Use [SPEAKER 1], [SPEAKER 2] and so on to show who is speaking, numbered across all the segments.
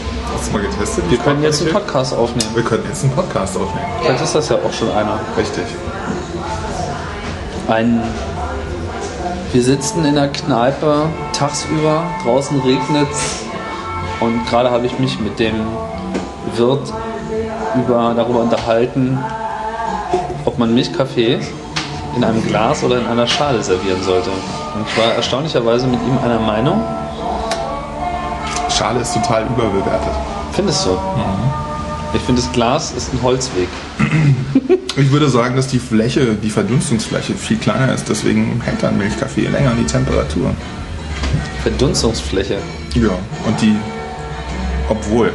[SPEAKER 1] hast du mal getestet? die
[SPEAKER 2] Wir können jetzt einen
[SPEAKER 1] Sportqualität?
[SPEAKER 2] Podcast aufnehmen.
[SPEAKER 1] Wir können jetzt einen Podcast aufnehmen.
[SPEAKER 2] Vielleicht ist das ja auch schon einer.
[SPEAKER 1] Richtig.
[SPEAKER 2] Ein. Wir sitzen in der Kneipe tagsüber, draußen regnet und gerade habe ich mich mit dem Wirt über, darüber unterhalten, ob man Milchkaffee in einem Glas oder in einer Schale servieren sollte. Und ich war erstaunlicherweise mit ihm einer Meinung.
[SPEAKER 1] Schale ist total überbewertet.
[SPEAKER 2] Findest du? Ich finde, das Glas ist ein Holzweg.
[SPEAKER 1] Ich würde sagen, dass die Fläche, die Verdunstungsfläche viel kleiner ist, deswegen hält ein Milchkaffee länger an die Temperatur.
[SPEAKER 2] Verdunstungsfläche.
[SPEAKER 1] Ja. Und die, obwohl,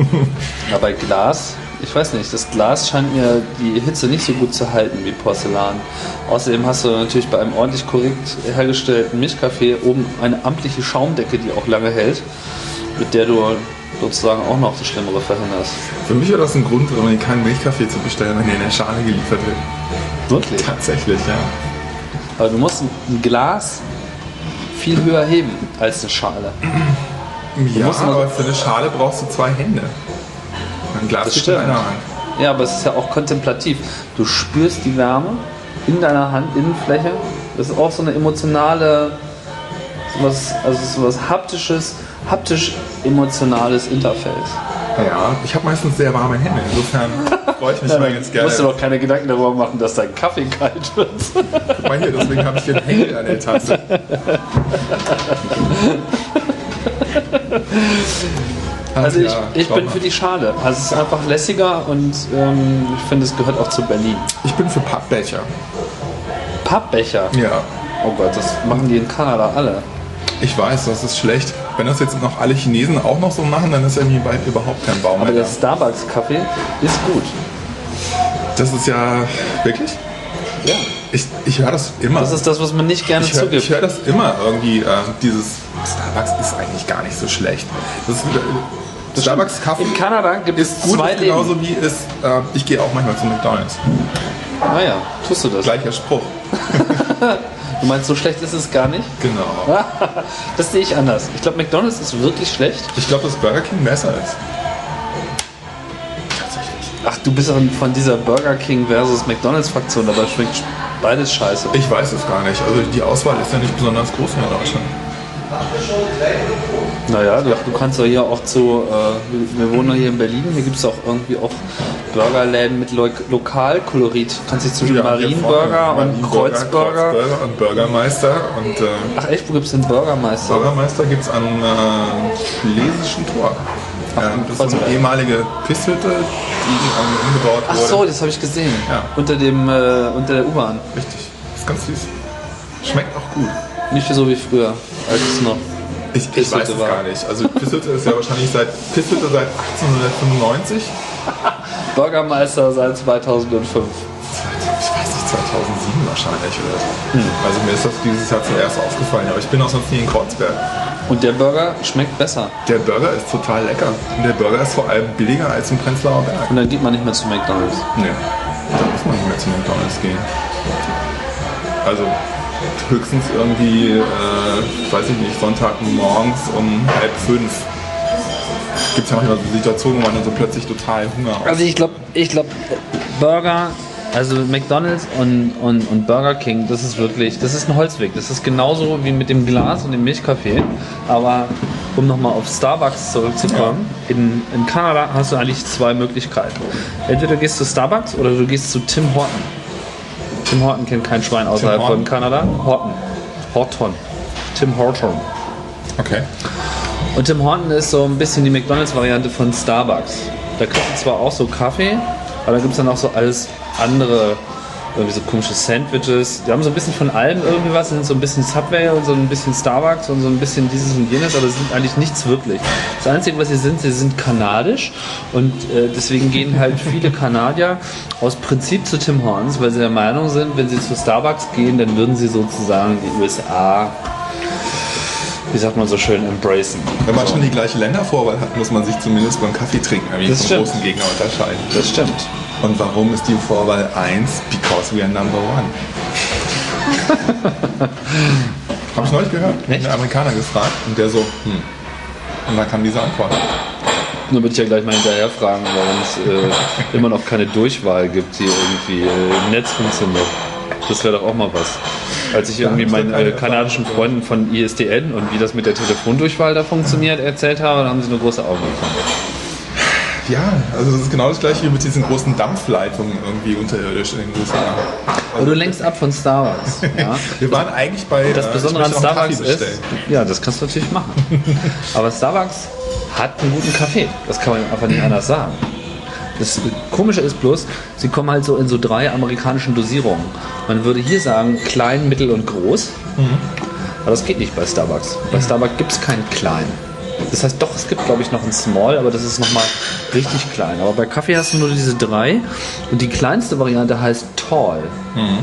[SPEAKER 2] Aber Glas, ich weiß nicht, das Glas scheint mir die Hitze nicht so gut zu halten wie Porzellan. Außerdem hast du natürlich bei einem ordentlich korrekt hergestellten Milchkaffee oben eine amtliche Schaumdecke, die auch lange hält, mit der du sozusagen auch noch das Schlimmere verhinderst.
[SPEAKER 1] für mich wäre das ein Grund, um mir keinen Milchkaffee zu bestellen, wenn der in der Schale geliefert wird.
[SPEAKER 2] Wirklich.
[SPEAKER 1] Tatsächlich, ja.
[SPEAKER 2] Aber du musst ein Glas viel höher heben als eine Schale.
[SPEAKER 1] Ja,
[SPEAKER 2] musst mal-
[SPEAKER 1] aber für eine Schale brauchst du zwei Hände. Ein Glas
[SPEAKER 2] Das
[SPEAKER 1] geht in
[SPEAKER 2] stimmt.
[SPEAKER 1] einer Hand.
[SPEAKER 2] Ja, aber es ist ja auch kontemplativ. Du spürst die Wärme in deiner Handinnenfläche. Das ist auch so eine emotionale, sowas, also sowas haptisches, haptisch-emotionales Interface.
[SPEAKER 1] Ja, ich habe meistens sehr warme Hände, insofern freue ich mich mal ganz
[SPEAKER 2] Du
[SPEAKER 1] gerne.
[SPEAKER 2] musst dir doch keine Gedanken darüber machen, dass dein Kaffee kalt wird.
[SPEAKER 1] Guck mal hier, deswegen habe ich hier einen Henkel an der Tasse. Ach
[SPEAKER 2] Also ich,
[SPEAKER 1] ja,
[SPEAKER 2] ich
[SPEAKER 1] schau
[SPEAKER 2] bin
[SPEAKER 1] mal.
[SPEAKER 2] für die Schale. Also es ist einfach lässiger und ähm, ich finde, es gehört auch zu Berlin.
[SPEAKER 1] ich bin für Pappbecher.
[SPEAKER 2] Pappbecher.
[SPEAKER 1] Ja,
[SPEAKER 2] Oh Gott, das machen die in Kanada alle.
[SPEAKER 1] ich weiß, das ist schlecht. Wenn das jetzt noch alle Chinesen auch noch so machen, dann ist ja nie bald überhaupt kein Baum
[SPEAKER 2] Aber
[SPEAKER 1] mehr.
[SPEAKER 2] der
[SPEAKER 1] da.
[SPEAKER 2] Starbucks-Kaffee Also ist gut.
[SPEAKER 1] Das ist ja wirklich.
[SPEAKER 2] Ja.
[SPEAKER 1] Ich, ich höre das immer.
[SPEAKER 2] Das ist das, was man nicht gerne
[SPEAKER 1] Ich höre
[SPEAKER 2] zugibt.
[SPEAKER 1] hör das immer irgendwie, äh, dieses Starbucks ist eigentlich gar nicht so schlecht. Das ist, äh, Starbucks Kaffee
[SPEAKER 2] In Kanada gibt
[SPEAKER 1] ist
[SPEAKER 2] es
[SPEAKER 1] gut,
[SPEAKER 2] zwei
[SPEAKER 1] ist
[SPEAKER 2] Läden.
[SPEAKER 1] genauso wie ist, äh, ich gehe auch manchmal zu McDonalds.
[SPEAKER 2] Naja, Ah tust du das.
[SPEAKER 1] Gleicher Spruch.
[SPEAKER 2] Du meinst, so schlecht ist es gar nicht?
[SPEAKER 1] Genau.
[SPEAKER 2] das sehe ich anders. Ich glaube, McDonalds ist wirklich schlecht.
[SPEAKER 1] Ich glaube, dass Burger King besser ist.
[SPEAKER 2] Ach, du bist an- von dieser Burger King versus McDonalds Fraktion, aber schmeckt beides scheiße.
[SPEAKER 1] Ich weiß es gar nicht. Also die Auswahl ist ja nicht besonders groß in Deutschland.
[SPEAKER 2] Naja, du, du kannst doch hier auch zu. Äh, wir- wir wohnen doch hier in Berlin, hier gibt es auch irgendwie auch Burgerläden mit Lo Lokalkolorit. Du kannst dich zwischen Marienburger und Kreuzburger.
[SPEAKER 1] Kreuzburger und Bürgermeister. Und äh,
[SPEAKER 2] Ach, echt, wo gibt es den Burgermeister?
[SPEAKER 1] Bürgermeister gibt es an äh, Schlesischen Tor. Ähm, das ist so eine
[SPEAKER 2] Kreuzberg.
[SPEAKER 1] ehemalige Pisshütte, die ähm, umgebaut wurde.
[SPEAKER 2] also- Ach so, das habe ich gesehen.
[SPEAKER 1] Ja.
[SPEAKER 2] Unter, dem, äh, unter der U-Bahn.
[SPEAKER 1] Richtig. Ist ganz süß. Schmeckt auch gut.
[SPEAKER 2] Nicht so wie früher, als es noch.
[SPEAKER 1] Ich, ich
[SPEAKER 2] Pisshütte
[SPEAKER 1] weiß es
[SPEAKER 2] war.
[SPEAKER 1] gar nicht. Also Pisshütte ist ja wahrscheinlich seit Pisshütte seit 1895.
[SPEAKER 2] Bürgermeister seit 2005.
[SPEAKER 1] Ich weiß nicht, 2007 wahrscheinlich oder so. Also mir ist das dieses Jahr zuerst aufgefallen, aber ich bin auch sonst nie in Kreuzberg.
[SPEAKER 2] Und der Burger schmeckt besser.
[SPEAKER 1] Der Burger ist total lecker. Und der Burger ist vor allem billiger als im Prenzlauer Berg.
[SPEAKER 2] Und dann geht man nicht mehr zu McDonalds.
[SPEAKER 1] Nee, da muss man nicht mehr zu McDonalds gehen. Also höchstens irgendwie, äh, weiß ich nicht, Sonntagmorgens um halb fünf. Gibt es ja manchmal so Situationen, wo man dann so plötzlich total Hunger hat.
[SPEAKER 2] Also ich glaube, ich glaube, Burger, also McDonalds und, und, und Burger King, das ist wirklich, das ist ein Holzweg. Das ist genauso wie mit dem Glas und dem Milchkaffee. Aber um nochmal auf Starbucks zurückzukommen, in, in Kanada hast du eigentlich zwei Möglichkeiten. Entweder du gehst zu Starbucks oder du gehst zu Tim Horton. Tim Horton kennt kein Schwein außerhalb
[SPEAKER 1] Horton.
[SPEAKER 2] von Kanada. Horton. Horton. Tim Horton.
[SPEAKER 1] Okay.
[SPEAKER 2] Und Tim Horton ist so ein bisschen die McDonalds-Variante von Starbucks. Da kriegst du zwar auch so Kaffee, aber da gibt es dann auch so alles andere, irgendwie so komische Sandwiches. Die haben so ein bisschen von allem irgendwie was, sind so ein bisschen Subway und so ein bisschen Starbucks und so ein bisschen dieses und jenes, aber sind eigentlich nichts wirklich. Das Einzige, was sie sind, sie sind kanadisch und äh, deswegen gehen halt viele Kanadier aus Prinzip zu Tim Hortons, weil sie der Meinung sind, wenn sie zu Starbucks gehen, dann würden sie sozusagen die USA, wie sagt man so schön, embracen.
[SPEAKER 1] Wenn man schon die gleiche Ländervorwahl hat, muss man sich zumindest beim Kaffee trinken irgendwie
[SPEAKER 2] Das
[SPEAKER 1] vom
[SPEAKER 2] stimmt.
[SPEAKER 1] großen Gegner unterscheiden.
[SPEAKER 2] Das stimmt.
[SPEAKER 1] Und warum ist die Vorwahl 1? Because we are number one. Habe ich neulich gehört.
[SPEAKER 2] Echt?
[SPEAKER 1] Einen Amerikaner gefragt und der so, hm. Und dann kam diese Antwort.
[SPEAKER 2] Dann würde ich ja gleich mal hinterher fragen, warum es äh, immer noch keine Durchwahl gibt, die irgendwie äh, im Netz funktioniert. Das wäre doch auch mal was. Als ich irgendwie meinen äh, kanadischen Freunden von ISDN und wie das mit der Telefondurchwahl da funktioniert erzählt habe, dann haben sie eine große Augen bekommen.
[SPEAKER 1] Ja, also das ist genau das gleiche wie mit diesen großen Dampfleitungen irgendwie unterirdisch in den USA.
[SPEAKER 2] Aber du lenkst ab von Starbucks. Ja?
[SPEAKER 1] Also, Wir waren eigentlich bei
[SPEAKER 2] Das
[SPEAKER 1] äh,
[SPEAKER 2] Besondere
[SPEAKER 1] ich
[SPEAKER 2] an
[SPEAKER 1] möchte noch einen
[SPEAKER 2] Starbucks
[SPEAKER 1] Kaffee
[SPEAKER 2] ist,
[SPEAKER 1] bestellen.
[SPEAKER 2] ja, das kannst du natürlich machen. Aber Starbucks hat einen guten Kaffee. Das kann man einfach nicht anders sagen. Das Komische ist bloß, sie kommen halt so in so drei amerikanischen Dosierungen. Man würde hier sagen klein, mittel und groß. Aber das geht nicht bei Starbucks. Bei Starbucks gibt es keinen klein. Das heißt doch, es gibt glaube ich noch ein Small, aber das ist nochmal richtig klein. Aber bei Kaffee hast du nur diese drei und die kleinste Variante heißt Tall.
[SPEAKER 1] Mhm.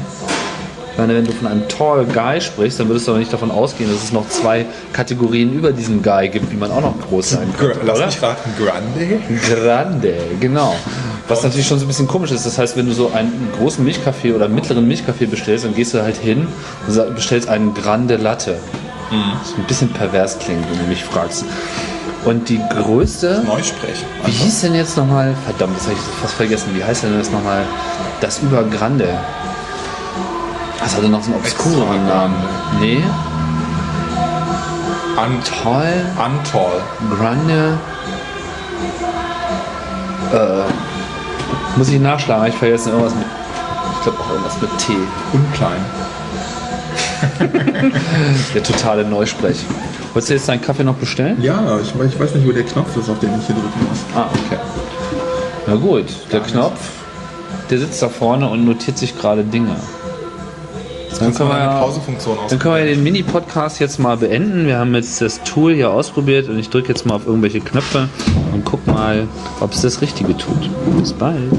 [SPEAKER 2] Ich meine, wenn du von einem Tall Guy sprichst, dann würdest du aber nicht davon ausgehen, dass es noch zwei Kategorien über diesen Guy gibt, wie man auch noch groß sein
[SPEAKER 1] Gr-
[SPEAKER 2] könnte.
[SPEAKER 1] Lass
[SPEAKER 2] oder?
[SPEAKER 1] mich raten, Grande?
[SPEAKER 2] Grande, genau. Was natürlich schon so ein bisschen komisch ist. Das heißt, wenn du so einen großen Milchkaffee oder einen mittleren Milchkaffee bestellst, dann gehst du halt hin und sa- bestellst einen Grande Latte. Das ein bisschen pervers klingt, wenn du mich fragst. Und die größte.
[SPEAKER 1] Neusprech.
[SPEAKER 2] Wie hieß denn jetzt nochmal? Verdammt, das habe ich fast vergessen. Wie heißt denn das nochmal? Das über Grande. Das hatte noch so einen obskuren Namen. Nee,
[SPEAKER 1] Ant
[SPEAKER 2] toll.
[SPEAKER 1] Antall.
[SPEAKER 2] Grande. Äh, muss ich nachschlagen, hab ich vergessen irgendwas mit. Ich glaube auch irgendwas mit T.
[SPEAKER 1] Unklein.
[SPEAKER 2] Der totale Neusprech. Wolltest du jetzt deinen Kaffee noch bestellen?
[SPEAKER 1] Ja, ich, ich weiß nicht, wo der Knopf ist, auf den ich hier drücken muss.
[SPEAKER 2] Ah, okay. Na gut, der Knopf, der sitzt da vorne und notiert sich gerade Dinge. Dann
[SPEAKER 1] Kannst du
[SPEAKER 2] können
[SPEAKER 1] mal
[SPEAKER 2] wir
[SPEAKER 1] eine
[SPEAKER 2] ja
[SPEAKER 1] Pausefunktion aus.
[SPEAKER 2] Dann können wir den Mini-Podcast jetzt mal beenden. Wir haben jetzt das Tool hier ausprobiert und ich drücke jetzt mal auf irgendwelche Knöpfe und guck mal, ob es das Richtige tut. Bis bald.